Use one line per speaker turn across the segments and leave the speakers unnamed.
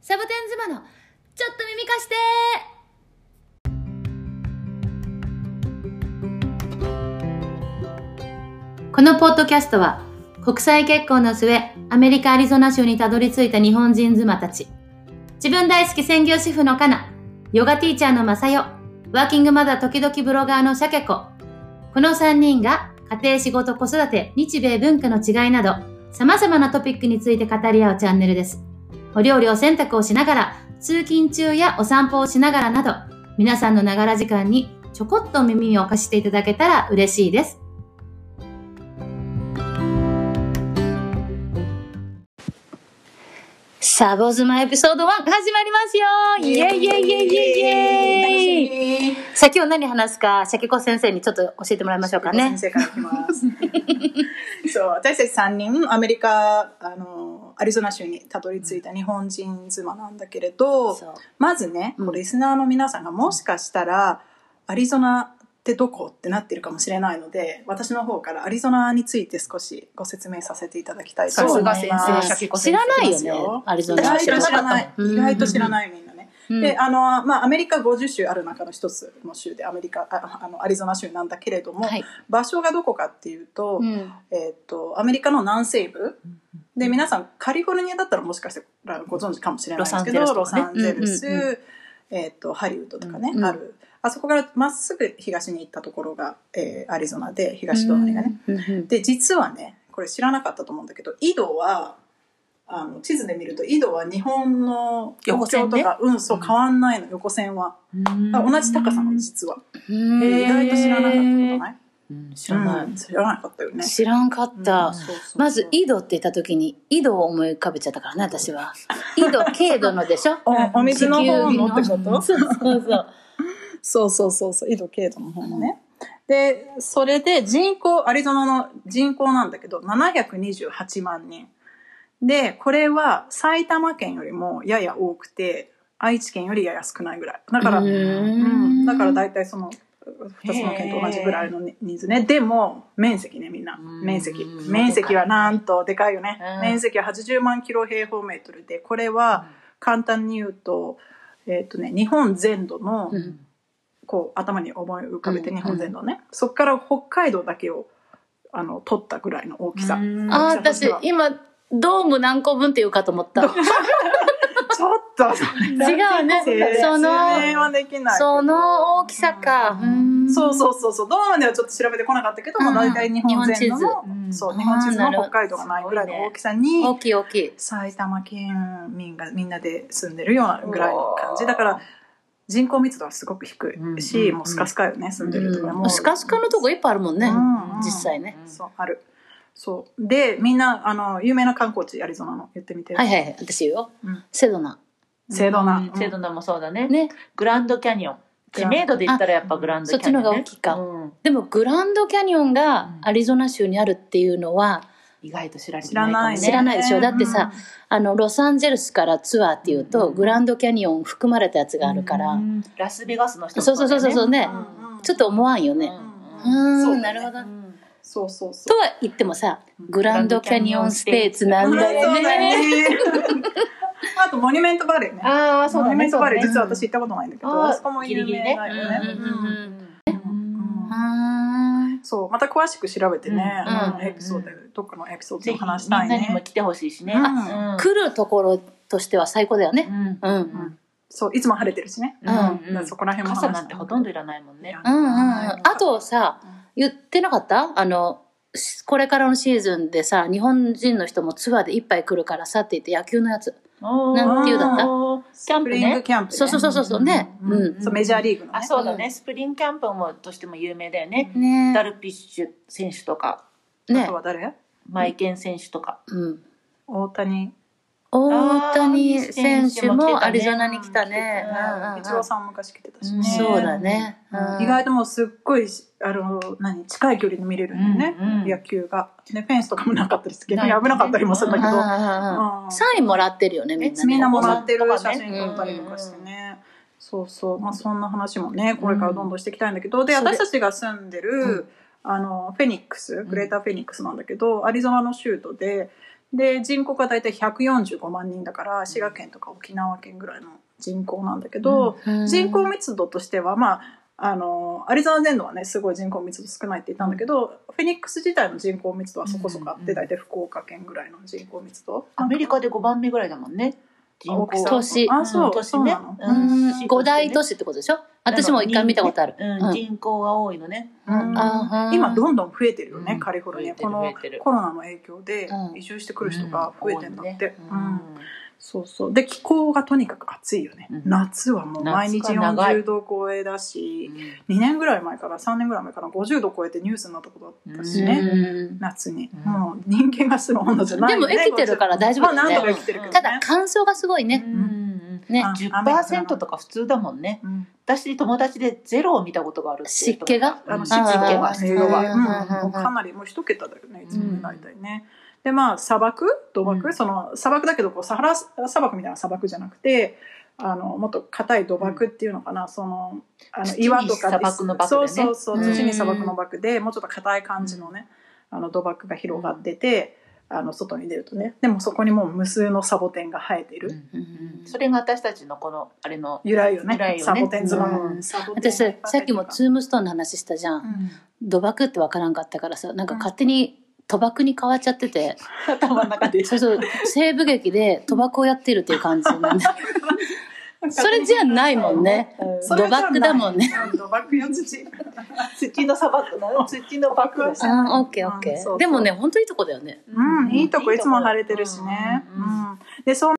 サボテン妻のちょっと耳貸してこのポッドキャストは国際結婚の末アメリカ・アリゾナ州にたどり着いた日本人妻たち自分大好き専業主婦のカナヨガティーチャーのマサヨワーキングマザー時々ブロガーのシャケコこの3人が家庭仕事子育て日米文化の違いなど様々なトピックについて語り合うチャンネルですお料理を洗濯をしながら、通勤中やお散歩をしながらなど、皆さんのながら時間にちょこっと耳を貸していただけたら嬉しいです。サボズマエピソード1始まりますよイエイイエイイエイイエイイエイ
イエイ
さあ今日何話すか、シャケコ先生にちょっと教えてもらいましょうかね
先。生から来ます。そう、私たち3人、アメリカ、あの、アリゾナ州にたどり着いた日本人妻なんだけれど、
そう
まずね、
うん
こうリスナーの皆さんがもしかしたら、アリゾナってどこってなってるかもしれないので、私の方からアリゾナについて少しご説明させていただきたいと
さ
思
す
い
が
ます。
そうですね
先生、シャキコ
知
先生
らないよ
知
ね
らない、
アリゾ
意
ナ
外と知ら
知らな
な
か
い
っ。
たもん
意外と知らないみんなね。
うん
であのまあ、アメリカ50州ある中の一つの州でアメリカああのアリゾナ州なんだけれども、
はい。
場所がどこかっていうと,、
うん
えー、とアメリカの南西部で皆さんカリフォルニアだったらもしかしたらご存知かもしれないですけど
ロ
ロ
サ
サ
ン
ン
ゼ
ゼ
ル
ル
ス
ス
とかねうんうん
えー、とハリウッドとかね、
うん
あるあそこからまっすぐ東に行ったところが、えーアリゾナで東隣がね、
うんうん
で実はねこれ知らなかったと思うんだけど井戸はあの地図で見ると井戸は日本の
横
国境
線
と
ね
か、うんそう変わんないの横線は、あ同じ高さなの実は
うん
意外と知らなかったことない、
うん知らない。
うん知らなかったよね
知らんかった、
うんそうそうそう
まず井戸って言った時に井戸を思い浮かべちゃったからね私は井戸軽度のでしょ
おお水の方のってこと
そうそうそう
そうそうそうそう井戸経度の方のね、でそれで人口アリゾナの人口なんだけど728万人でこれは埼玉県よりもやや多くて愛知県よりやや少ないぐらいだから、
う
うん
ん
だから大体その2つの県と同じぐらいの人数ねでも面積ねみんな
うん
面積
うん
面積はなんとでかいよね、
うん
面積は80万キロ平方メートルでこれは簡単に言うと,、えっとね、日本全土の、
うん
こう頭に思い浮かべて
うん
日本全土ね、そこから北海道だけをあの取ったぐらいの大きさ、
うん
あ
大きさ
ー
として
私
は
今ドーム何個分っていうかと思った
ちょっとそれ
違うね
説
その
明はできない
その大きさか、うん
そうそうそうそうドームではちょっと調べてこなかったけど、
うんうん
まあ、大体日本全土の
日本地図うん
そう日本地図
あ
の
ーなるほど
北海道がないぐらいの大きさ
大
に
きい大きい
埼玉県民がみんなで住んでるようなぐらいの感じだから人口密度はすごく低いし、
うんうん
もうスカスカよね住んでるところも、
うん、スカスカのとこいっぱいあるもんね、
うんうん
実際ね、
そうあるそうでみんなあの有名な観光地アリゾナの言ってみて
はいはいはい私言うよ、
うん
セドナ
セドナ、
うんセドナもそうだね。
ね
グランドキャニオン。知名度で言ったらやっぱグランドキャニオンね。
あそっちの方が大きいか
うん
でもグランドキャニオンがアリゾナ州にあるっていうのは、
意外と知られ
知
てな
ら
いかも
な
ね。
い
知らないでしょだってさ、あのロサンゼルスからツアーっていうと、
うん
グランドキャニオン含まれたやつがあるから、
うんラスベガスの人
そうそうそうそうそうね、
うん
ちょっと思わんよね、う
うんん、
ん
そうだね
なるほど、
うん
そうそうそ
と
う
は言ってもさグランドキャニオンステーツなん
そう
だよね
だよね あとモニュメントバレーね
ああ、そう
モニ
だ
ュメ
ね。
ントバレー
そう
実
だ
は
ね
私行ったことないんだけど
あー
あそこも有名だよね
ギリ
ギリねうんうんうん
うん
あー
そうまた詳しく調べてね、
うん
あの
うん
エピソードどっかのエピソード
ぜ
を
ひ
話し
み
た
ん
い
なに
ね
も来てほしいしね。
うん
うん
来るところとしては最高だよね
うん
うん、
そういつも晴れてるしね、
う
だからそこら辺も話し
傘なんてほとんどいらないもんね。
うんうんうん、あとさ
うん
言ってなかったあのしこれからのシーズンでさ日本人の人もツアーで一杯来るからさって言って野球のやつ、なん
ていうだった
キャン
プ
プ
リング
ね。
キャンプ、ね、
そうそうそうそうそうね
うん
うん、
そうメジャーリーグの、ね、
あ、そうだね。スプリングキャンプもとしても有名だよね。
ね
ダルピッシュ選手とか、
あ
ね
と、は誰
マイケン選手とか。
うん、
大谷
大谷選手もア
あー
リ
選手
ゾ
も来てたね
ナに来たね。うんうんうん
一郎さんも昔来てたし
ん
ね
そうだね。
うん
意外ともうすっごいしあの何近い距離で見れるんだよね、
うんうん
野球がでフェンスとかもなかったですけど
ない
危なかったりもするんだ
うん
け
う
ど、
んうん
うん
サインもらってるよね、みんなね。
みんなも
う
らってる
うん
写真撮ったりとかしてね、そうそうまあそんな話も
ん
ねこれからどんどんしていきたいんだけどで
それ
私たちが住んでる、
うん
あのフェニックスグレーターフェニックスなんだけど、アリゾナの州都でで人口が大体145万人だから滋賀県とか沖縄県ぐらいの人口なんだけど、人口密度としてはまああのアリゾナ全土はねすごい人口密度少ないって言ったんだけど、フェニックス自体の人口密度はそこそこあって、
うんうん
大体福岡県ぐらいの人口密度
アメリカで5番目ぐらいだもんね。人
大き
口
さ
都市
あそう、
うん都
そ
市ね
うなの
うん
うん五大都市ってことでしょ私も一回見たことある。
うん、人口が多いのね。
うん
あー
今どんどん増えてるよね、
うん
カリフォルニア
増えて
こ
る
の
増えてる
コロナの影響で
うん
移住してくる人が増えてんだって、
う
うんん
多いね
そうそうで気候がとにかく暑いよね、
うん
夏はもう毎日
夏が長い
40度超えだ
う
し
ん
2年ぐらい前から3年ぐらい前から50度超えてニュースになったことあったしね、
うん
夏に、
うん
もう人間が住む温度じゃない
でも生きてるから大丈夫だ
まあ
よ
何
ね
度。か生きてるけど、ね、
ただ乾燥がすごいね。
うん
ね
あ
10%とか普通だもんね。
うん
私友達でゼロを見たことがあるっていう
湿
人
気が
あの
うん
湿度は
湿
湿
気
度は、
うん
うん
うん
かなりもう一桁だよねいつも
う
ね
ん
大体ね。でまあ砂漠土漠、
うん
その砂漠だけどこうサハラ砂漠みたいな砂漠じゃなくてあのもっと硬い土漠っていうのかな、そのあの
土に
岩とか
砂漠の漠だ
そ
よ
う
ね
そうそう
うん
土に砂漠の漠でもうちょっと硬い感じのねあの土漠が広がってて、あの外に出るとねでもそこにもう無数のサボテンが生えている、
うんうんそれが私たちのこのあれ の、
由来よね
由来よね
サボテン妻の、
うん
サボテン
私ささっきもツームストーンの話したじゃ。
うんん
賭博ってわからんかったからさ、なんか勝手に賭博に変わっちゃってて、
頭の中 で
それと西部劇で賭博をやってるっていう感じなんで。それじゃないもんね。
それじゃない
ドバッグだもんね。
うんドバッグよ土。
土の砂漠な土の漠だし
う。ん
あーオッケーオッケ
うんそうそ
ー。
う
でもね、本当いいとこだよね。
うん、いいとこいつも晴れてるしね。
うん
うんで、そう。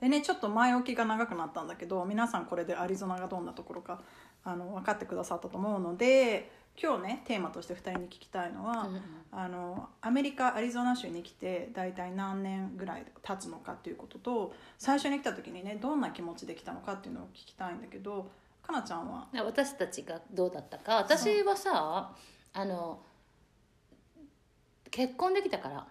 でね、ちょっと前置きが長くなったんだけど、皆さんこれでアリゾナがどんなところか、あの、分かってくださったと思うので、今日ね、テーマとして2人に聞きたいのは、あのアメリカアリゾナ州に来て大体何年ぐらい経つのかっていうことと最初に来た時にねどんな気持ちで来たのかっていうのを聞きたいんだけどかなちゃんは
私たちがどうだったか私はさあの結婚できたから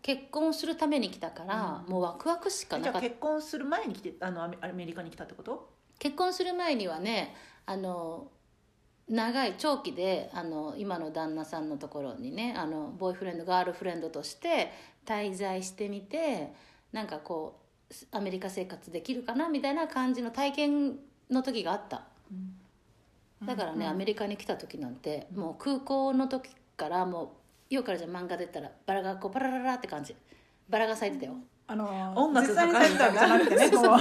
結婚するために来たから、
うん
もうワクワクしか
じ
な
ゃ
か
あ
った
結婚する前に来てあのアメアメリカに来たってこと？
結婚する前にはねあの長い長期であの今の旦那さんのところにねあのボーイフレンドガールフレンドとして滞在してみてなんかこうすアメリカ生活できるかなみたいな感じの体験の時があっただからね、アメ
リ
リカに来た時なんてもう空港の時からもうようからじゃん漫画出たらバラがこうバララララって感じバラが咲いてたよ
カあの
音楽
実
が
際
か
にセン
かる
ターじゃなくて ねこうあ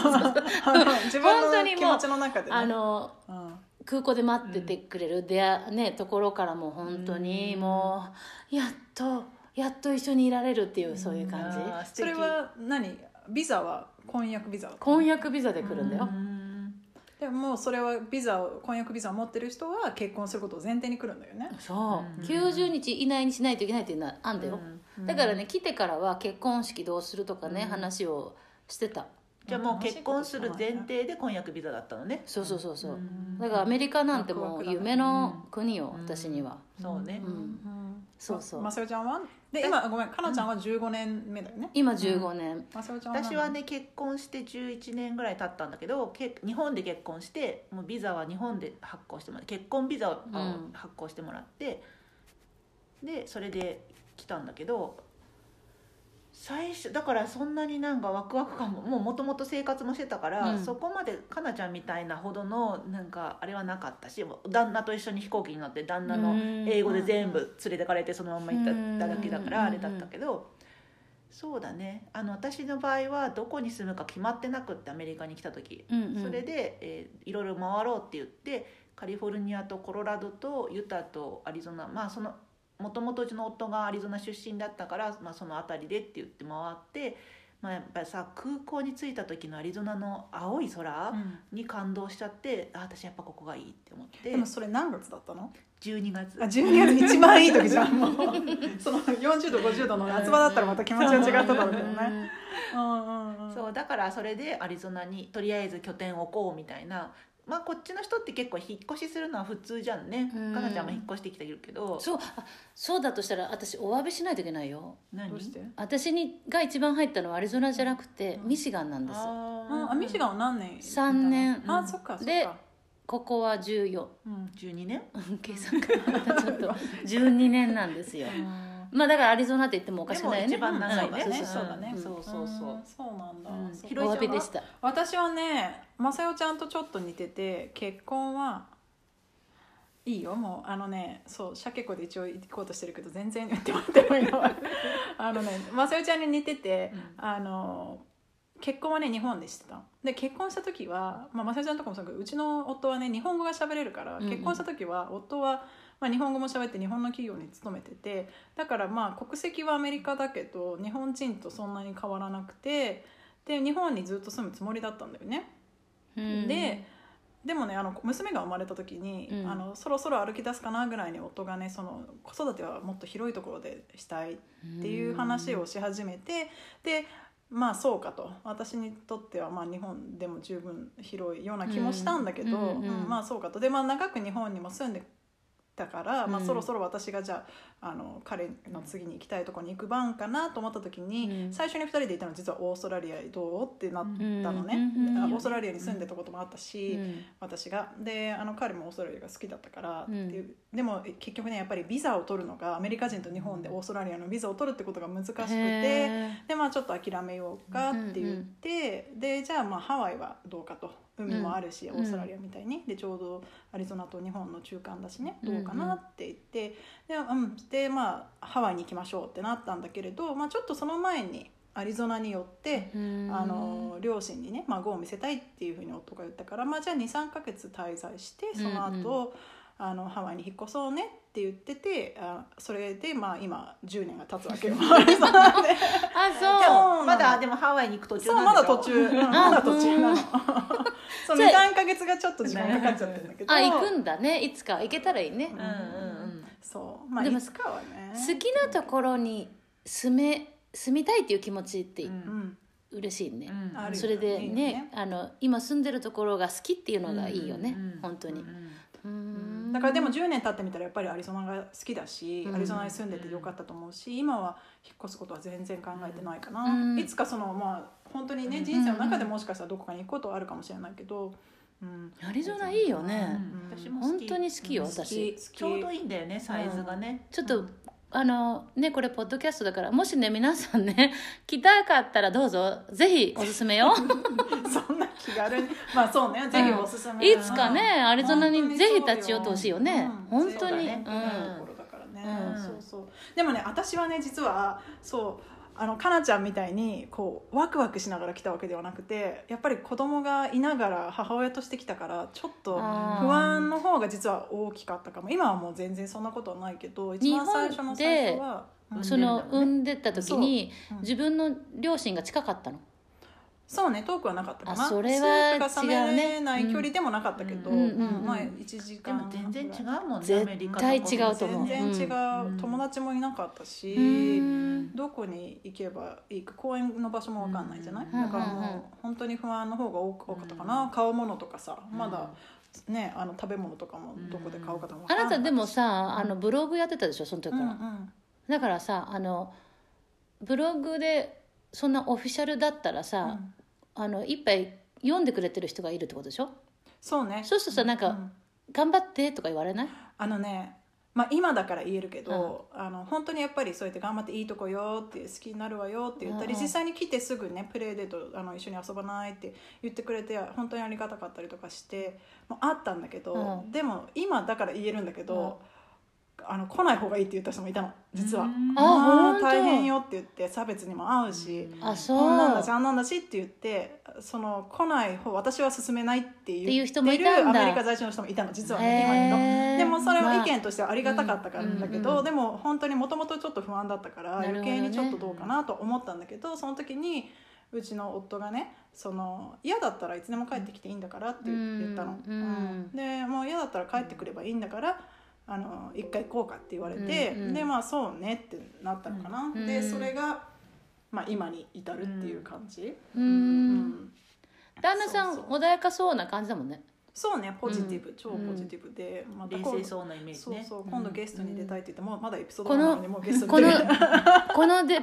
の自
本当
分
に
の
も
気持
う
ちの中でね
あの
うん
空港で待っててくれる、であね、ところからもう本当に
うん
もうやっとやっと一緒にいられるっていうそういう感じ
あー素
そ
敵
れは何ビザは婚約ビザ
婚約ビザで来るんだよ
うん
でももうそれはビザを婚約ビザを持ってる人は結婚することを前提に来るんだよね
そう、
うん
90日以内にしないといけないっていうのはあんだよ、だからね来てからは結婚式どうするとかね、
うん
話をしてた
じゃあもう結婚する前提で婚約ビザだったのね。
そうそうそうそう、
ん
だからアメリカなんてもう夢の国よ、
うん
私には、
そうね
うんそうそう
まさよちゃんはで今ごめんかなちゃんは15年目だよね
今15年、
まさよちゃん
私はね結婚して11年ぐらい経ったんだけどけ日本で結婚してもうビザは日本で発行してもらって結婚ビザを
うん
発行してもらって、でそれで来たんだけど最初だからそんなになんかワクワク感ももうもともと生活もしてたから、
うん
そこまでかなちゃんみたいなほどのなんかあれはなかったしもう旦那と一緒に飛行機に乗って旦那の英語で全部連れてかれてそのまんま行っただけだか
うん
らあれだったけどそうだねあの私の場合はどこに住むか決まってなくってアメリカに来た時
うんうん
それで、えーいろいろ回ろうって言ってカリフォルニアとコロラドとユタとアリゾナまあそのもともとうちの夫がアリゾナ出身だったから、まあ、その辺りでって言って回って、まあ、やっぱりさ空港に着いた時のアリゾナの青い空に感動しちゃって、あ私やっぱここがいいって思って
でもそれ何月だったの
12月
あ12月一番いい時じゃんも うその40度50度の夏場だったらまた気持ちが違っただろうけどね
そうだからそれでアリゾナにとりあえず拠点を置こうみたいなまあこっちの人って結構引っ越しするのは普通じゃんね、
うん
かなちゃんも引っ越してきてるけど
そうあそうだとしたら私お詫びしないといけないよ
何
どうして
私にが一番入ったのはアリゾナじゃなくてミシガンなんです
あ
あミシガン
ン
は何年
三年
あそっかそっ
で
か
ここは14
うん
12年
うん計算がまたちょっと12年なんですよ
うん
まあだからアリゾナって言ってもおかし
で
く
も
ないよ
一
ね
番長いね。
うん
ん
そうだね
ん
そ
そううそうそう。
そうなんだ、
うん
そっか
お詫びでした
私はね雅代ちゃんとちょっと似てて結婚はいいよもうあのねそうシャケ子で一応行こうとしてるけど全然言ってもらってもいい のあのね雅代ちゃんに似てて、
う
あの結婚はね日本でしてたので結婚した時は、まあ、雅代ちゃんとかもそうだけどうちの夫はね日本語が喋れるから、
うんうん
結婚した時は夫は、まあ、日本語も喋って日本の企業に勤めててだからまあ国籍はアメリカだけど日本人とそんなに変わらなくてで日本にずっと住むつもりだったんだよね。
うん
ででもねあの娘が生まれた時に、
うん
あのそろそろ歩き出すかなぐらいに夫がねその子育てはもっと広いところでしたいっていう話をし始めて、でまあそうかと私にとってはまあ日本でも十分広いような気もしたんだけど、
うんうんうん
うんまあそうかとで、まあ、長く日本にも住んでたから、まあ、
うん
そろそろ私がじゃああの彼の次に行きたいところに行く番かなと思った時に、
うん
最初に2人でいたの実はオーストラリアへどうってなったのね、
うんうんうん
あオーストラリアに住んでたこともあったし、
うん
私がであの彼もオーストラリアが好きだったからって
うん
いう、でもえ結局ねやっぱりビザを取るのがアメリカ人と日本でオーストラリアのビザを取るってことが難しくて
へ
でまあちょっと諦めようかって言って、でじゃあまあハワイはどうかと海もあるし、
うん
オーストラリアみたいにでちょうどアリゾナと日本の中間だしねどうか
うんう
なんって言って、で,、うん、でまあハワイに行きましょうってなったんだけれど、まあ、ちょっとその前にアリゾナに寄って。
ーうん
あの両親にね孫を見せたいっていうふうに夫が言ったから、まあ、じゃあ23ヶ月滞在してその
うん
後、あのハワイに引っ越そうねって言っててあそれでまあ今10年が経つわけ よ
で
あ
そう
もまだでもハワイに行く途中
そう
な
ま
んで
だ
しょ
途中、うんまだ途中 なのそう
じゃあ
23ヶ月がちょっと時間かかっちゃってるんだけ
そう
ど
あ行くんだねいつか行けたらいいね
うんうん
そうまあ
で
い
も
つかはね
好きなところに住め住みたいっていう気持ちって
うん
うん
嬉しいね、
うん
ある
それで
いい
ね
よね
あの今住んでるところが好きっていうのがいいよね、
うんうん
本当に
う、ん
うん
だからでも10年経ってみたらやっぱりアリゾナが好きだし、
うん
アリゾナに住んでてよかったと思うし今は引っ越すことは全然考えてないかな、
うん
いつかそのまあ本当に
う
ね
ん
人生の中でもしかしたらどこかに行くことはあるかもしれないけど、うん、
アリゾナいいよ
う
ね、
ん
うん
私も好
本
き
当に好きよ、
うん
好き
私
好き
ちょうどいいんだよねサイズがね
ちょっとあのねこれポッドキャストだからもしね皆さんね 来たかったらどうぞぜひおすすめ よ
そんな気軽にまあそうねぜひおすすめ、
いつかねアリゾナにぜひ立ち寄ってほしいよね
うん
本当に、
そう
う
だね
ん
ところだからね、
うん
そうそうでもね私はね実はそうあのかなちゃんみたいにこうワクワクしながら来たわけではなくてやっぱり子供がいながら母親として来たからちょっと不安の方が実は大きかったかも今はもう全然そんなことはないけど一番最初の最初は、うん
その
産
産
ん
んでった時に
そううん
自分の両親が近かったの、
そうね遠くはなかったかな
あそれは
スープが冷めれな
違う
い
ね
距離でもなかったけど、
うんうんうんうん
まあ1時
で
間
も全然違
ぐらいう
もんね
絶
アメリカ
対
とか
違うと思う
全然違う、
うん
友達もいなかったし、
うん
どこに行けばいいか公園の場所も分かんないじゃない、
うん
だから
うんうんうん
もう本当に不安の方が多かったか
う
な、買うものとかさ
うん
まだねあの食べ物とかもどこで買うかとか分か
あ
んない
なたでもさあのブログやってたでしょその時
う
か
んう
ら、
ん
だからさあのブログでそんなオフィシャルだったら
う
さ、
ん
あの一杯読んでくれてる人がいるってことでしょ
そうね
そうするとさなんか、
うん
頑張ってとか言われない
あのねまあ今だから言えるけど、あの本当にやっぱりそうやって頑張っていいとこよって好きになるわよって言ったり、
うんうん
実際に来てすぐねプレイデートあの一緒に遊ばないって言ってくれて本当にありがたかったりとかしてもうあったんだけど、
う
でも今だから言えるんだけど、あの来ない方がいいって言った人もいたの実は。
あ
ま
本当
大変よって言って差別にも合うし、
あそう
こんなんだしあんなんだしって言ってその来ない方私は進めないって
ってい
言
う
っ
人
て
もい
る
たん
ア
だ
メリカ在住の人もいたの実はね今にの
へー
でもそれは意
ま
見としてはありがたかったからだけど、
うんうん
でも本当にもともとちょっと不安だったから
なるほど
余
ね
計にちょっとどうかなと思ったんだけどその時にうちの夫がねその嫌だったらいつでも帰ってきていいんだからって言ったの、
うんうん
でもう嫌だったら帰ってくればいいんだからあの一回行こうかって言われて、
うんうん
でまあそうねってなったのかな、
うん
でそれが、まあ、今に至るっていう感じ、う
う
んん
旦那さん
そうそ
穏やかそうな感じだもんね
そうねポジティブ、超
うん
ポジティブで、また
冷
今度
静そうなイメージ
そう
ね
そう
うん
今度ゲストに出たいって言ってもうまだエピソードなのにもうゲスト
こ
に
の
出たい
こので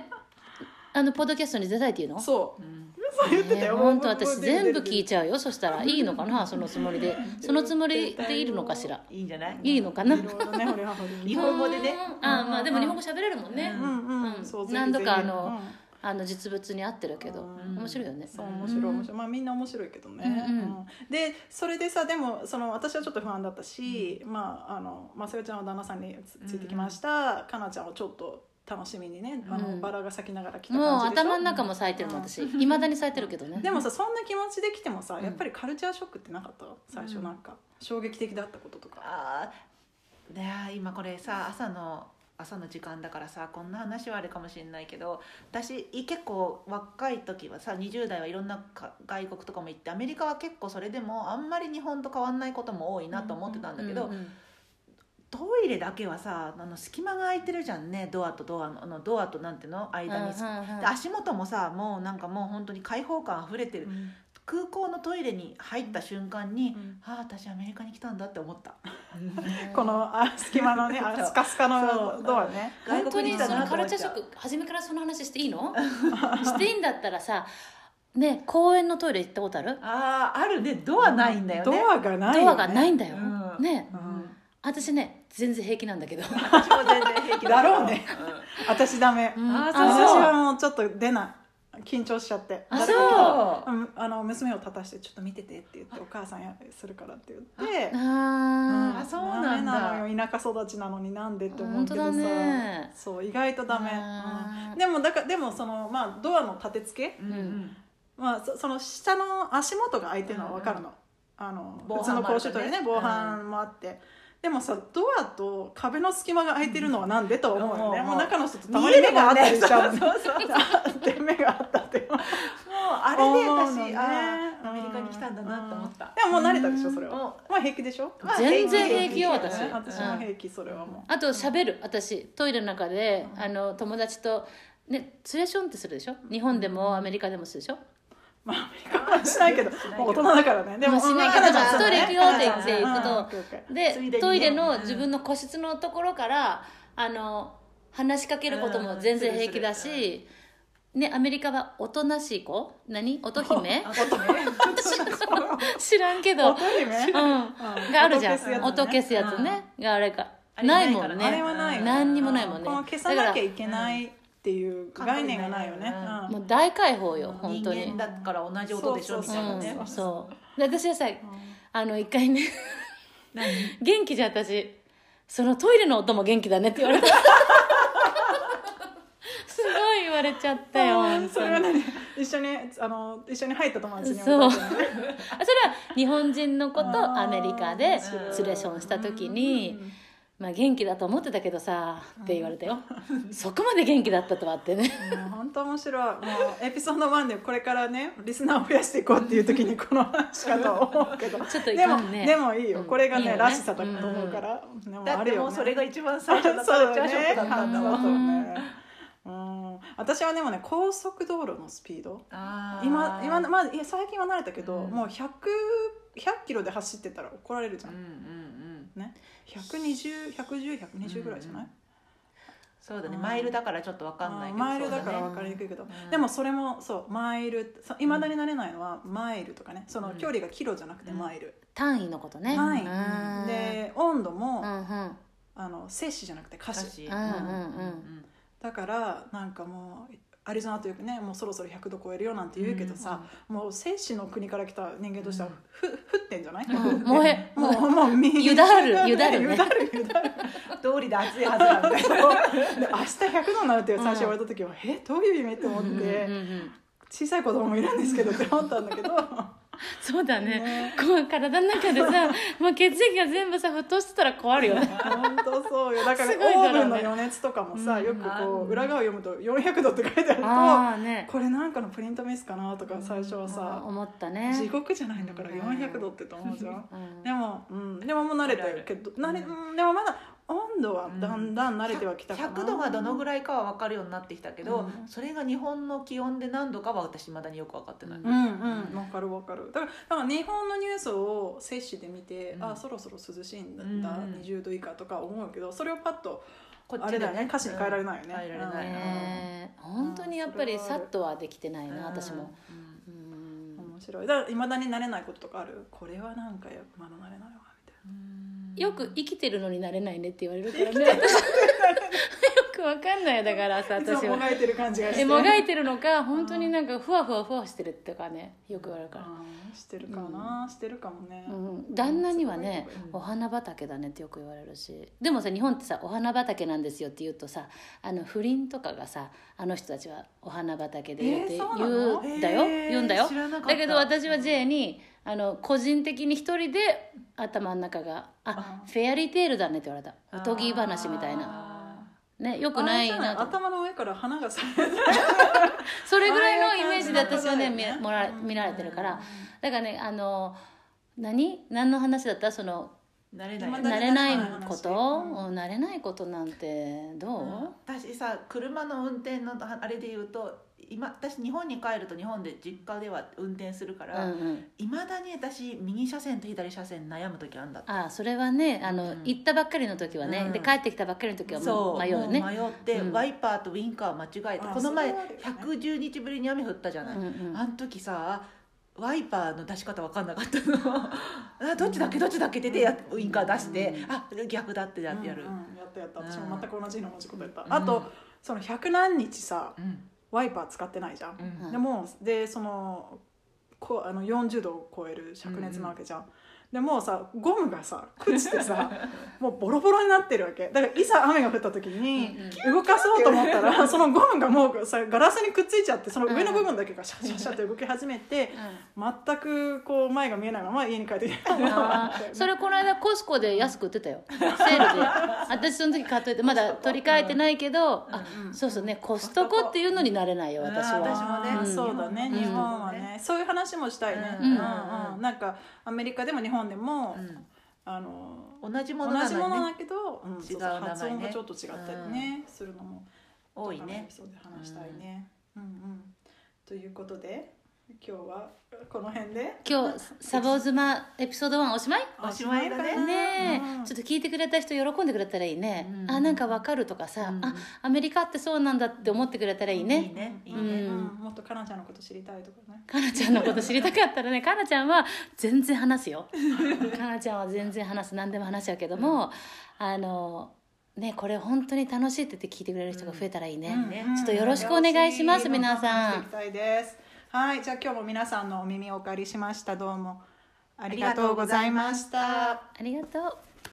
あのポッドキャストに出たいっていうの
そう
うん
そう言ってたよ。
本当私全部聞い
て。
ちゃうよそしたらいいのかなそのつもりでそのつもりでいるのかしら
いいんじゃない
いいのかな
なるほどね、俺は 俺
日本語でね
うんあまあでも日本語喋れるもんね、
うんうん
うん
そう
何度かあ、
ぜ
の
ひぜ
あの実物に合ってるけど、
うん
面白いよ
ひ
ね
うんそう面白い面白い、まあみんな面白いけどね、
うんう
う
ん
んでそれでさでもその私はちょっと不安だったし、まああのまさよちゃんは旦那さんにつついてきました、かなちゃんをちょっと楽しみにねあの、
うん
バラが咲きながら来た
もう
感じでしょ
頭の中も咲いてるもん
うん
私いまだに咲いてるけどね
でもさそんな気持ちで来てもさ
ん
やっぱりカルチャーショックってなかった最初なんか、衝撃的だったこととか
あーねえ今これさ朝の朝の時間だからさこんな話はあれかもしれないけど私い結構若い時はさ20代はいろんなか外国とかも行ってアメリカは結構それでもあんまり日本と変わんないことも多いなと思ってたんだけど、
うんうん
トイレだけはさあの隙間が空いてるじゃんねドアとドアのあのドアとなんていうの間にさ、
うんうんうん
で足元もさもうなんかもう本当に開放感あふれてる、空港のトイレに入った瞬間に、
うん
ああ私アメリカに来たんだって思った。
このあ隙間のねあスカスカ
そ
の
う
ドアね
本当にその
と
カ
思
ル
っ
チャー
ち
ショ
ゃ
ッ
う
ク初めからその話していい のしていいんだったらさね公園のトイレ行ったことある
あああるねドアないんだよね
ドアがないよ、ね、
ドアがないんだよ、
うん
ね
うん
私ね全然平気なんだけど、
私も全然平気
だろうね、私ダメ、
うん
あー
私
そう
はもうちょっと出ない緊張しちゃって
あ
だ
あ
け
そう
ど
そう
うんあの娘を立たして「ちょっと見てて」って言って「お母さんやするから」って言って
あー
あそうなんだ
ダメなのよ田舎育ちなのになんでって思うけどさ、
本当だね
そう意外とダメ、
あー
うんでもだからでもそのまあドアの立て付け、
うんうん
まあ、そその下の足元が開いてるのは分かるの,、あの
防
普通
犯
の
もあ
公
るからね
衆トイレね防犯もあって、でもさドアと壁の隙間が開いてるのはなんでとは思うよね、
うん
もう中の人とたま
見
に
え
目
る
があ
も
っ
ん
た
ね
りしちゃうの
そうそうそうもう
で目 があったって
あれで
思うの
私、
ね
あ
うん
ーアメリカに来たんだなと思った、
でももう慣れたでしょそれ
うん
はまあ平気でしょ
まあ
全然平気よ
平気
私、
だよね
私も平気それはも
あと喋る私トイレの中で、あの友達とねツレションってするでしょ日本でもアメリカでもするでしょ
うまあアメリカはしないけどもう大人だからねで
も
も
うしないけど
まあ彼
まあ
女はそうだね
トイレ行くよって言って行くと
うんうんオッケーオッケー
で
ついでにね
トイレの
うん
自分の個室のところから、あの話しかけることも全然平気だ
うんするす
し、ね、アメリカはおとなしい子何乙姫
あとね
知らんけど、う
お
ん、
トイレ ね
があるじゃん音消すや
ね
つね、があれか
あれ
ないもん
から
あれは
ね
ない
何にもないもん
こ
ね
の消さなきゃいけないっていう概念がないよね
うん
もう大解放よ本
人
当に
間だから同じ音でしょみたい
だ
な
よ
ね
うん、
そう
そうで私はさあの一回ね 元気じゃん私そのトイレの音も元気だねって言われ たすごい言われちゃったよ
うん
本
そ
当に
れはね一緒にあの一緒に入った友達に
そう
も言われてね
あそれは日本人の子とアメリカでツレションした時に
うん
「まあ、元気だと思ってたけどさ」って言われたよそこまで元気だったとはってね
もう本当面白いもうエピソード1でこれからねリスナーを増やしていこうっていう時にこ の話かとは思うけど
ちょっとい
で
か
も
んね
でもいいよこれが
いい
ね
よね
らしさだと思うからでも
だっ
あ
て
る
も
よ
う
ね
それが一番最初のカ
そう
ルチャ
だ
ーショックだったんだわ
そうだね
うん私はでもね高速道路のスピード
あー
今今まあいや最近は慣れたけど、
うん
もう 100, 100キロで走ってたら怒られるじ
う
ゃ
ん
ん、
うんうん
ね1101101120ぐらいじゃない、
そうだね
うん
マイルだからちょっとわかんないけど
マイルだから
そう
分かりにくいけど、
ん
でもそれもそうマイルいまだに慣れないのはマイルとかねその
うん
距離がキロじゃなくてマイル、
単位のことね
単位
うん
で温度も、
うんうん
あの摂氏じゃなくて
だ
華
ね
氏
うんうんうん
だからなんかもうアリゾナとよくねもうそろそろ100度超えるよなんて言うけどさ、もう摂氏の国から来た人間としてはふ、ふ降ってんじゃない、
うんもうへ
もうもうみ
ゆだるゆだるね
ゆだるゆだる
通りで暑いはずなん だよ
で明日100度になるって最初言われた時は、えどういう意味って思って、
うんうん
小さい子供もいるんですけどって思ったんだけど
そうだね
ね
こう体の中で さもう血液が全部さ沸騰してたら壊るよね
本当そうよだから
すごいだろう
オー
ね
ブンの余熱とかもさ、
うん
よく
あ
こう裏側を読むと400度って書いてあ
ああ
る
ね
とこれなんかのプリントミスかなとか最初はさ、
思った
地
ね
獄じゃないんだから400度ってと思うじゃん。
うん
でも、うん、でももう慣れたけど、慣れ、うん、でもまだ温度はだんだん慣れてはきたかな。
100度がどのぐらいかは分かるようになってきたけ
う
ど、
ん
それが日本の気温で何度かは私まだによく分かってない、
う
うんうん、わかるわかるだからだから日本のニュースを摂取で見て、
うん
あそろそろ涼しいんだった、
うんうん
20度以下とか思うけどそれをパッと
こ
あれだよね歌詞に変えられないよね
変えられないな、
ねえ本当にやっぱりさっとはできてないな
うん
私も、
うん
うん
面白いだからいまだに慣れないこととかあるこれはなんかやまだ慣れないわみたいな
よく生きてるのになれないねって言われるからね私 よくわかんないよだからさ
いつも
私
も
は
がいてる感じがして
えもがいてるのか本当になんかふわふわふわしてるとかねよく言われるから、
あーしてるかな、してるかもね、
うん、旦那にはね
すごいよ
お花畑だねってよく言われるしでもさ日本ってさお花畑なんですよって言うとさあの不倫とかがさあの人たちはお花畑で言うって
えー
言
そうなの
うんだよ、
えー
言うんだよ
知らなかった
だけど私は J にあの個人的に一人で頭の中があ
あ
フェアリーテールだねって言われたおとぎ話みたいな
な
ねよくない
あれじゃ
なと
頭の上から花がさ
それぐらいのイメージで
ああいう感
私
じの
は
ことだ
ね
よね
見もら
うん
見られてるからだからねあの何何の話だったその
慣れないよ
ま
ね
だ
慣れないこと、
うん
うん慣れないことなんてどう、
私さ車の運転のああれで言うと今私日本に帰ると日本で実家では運転するか
うん
ら
うん
いま、未だに私右車線と左車線悩む時あるんだって
ああそれはねあの、
うん
行ったばっかりの時はね、
うん
で帰ってきたばっかりの時はもう迷うよね
もう迷って、
うん
ワイパーとウインカーを間違えて
あ
この前
そうなんだよね
110日ぶりに雨降ったじゃない、
うんうん
あの時さワイパーの出し方分かんなかったのあどっちだっけどっちだっけってでやウインカー出して、
うん
あ逆だってやってやる、
うんうんやったやった
うん
私も全く同じの同じことやった、
ん
あとその百何日さ
うん
ワイパー使ってないじゃん、
うん
でもうでそのこあの40度を超える灼熱なわけじゃん、でもうさゴムがさ朽ちて さもうボロボロになってるわけだからいざ雨が降った時に動かそうと思ったら、そのゴムがもうさガラスにくっついちゃってその上の部分だけがシャシャシャって動き始めて、全くこう前が見えないまま家に帰ってきた
ああそれこの間コスコで安く売ってたよセールで私その時買っといてまだ取り替えてないけど、あそうそうねコストコっていうのになれないよ私
う
は
ん私もね
あーそうだね、
うん
日本はね、そういう話もしたいね、
う
うんん
う
うんんなんかアメリカでも日本でも、あの
うん同じも
同
のな
じもの
のに
だ
ね
けど、うんそうそう
違う名前ね
発音がちょっと違ったりね、するのも
多いね
そうで話したいね、うんうん、ということで今日はこの辺で
今日サボ妻エピソード1おしまい
おしまいだね
おしかな
ねえ、
うん
ちょっと聞いてくれた人喜んでくれたらいいね、
うん
あなんかわかるとかさ、
うん
あアメリカってそうなんだって思ってくれたらいい
いい
ね、
ねいいね、
うん
もっとかなちゃんのこと知りたいとかね
かなちゃんのこと知りたかったらねかなちゃんは全然話すよ かなちゃんは全然話す何でも話しちゃうけども、あのねこれ本当に楽しいって言って聞いてくれる人が増えたらいいね、
ね
ちょっとよろしくお願いします皆さん
していきたいですはいじゃあ今日も皆さんのお耳をお借りしましたどうもありがとうございました
ありがとう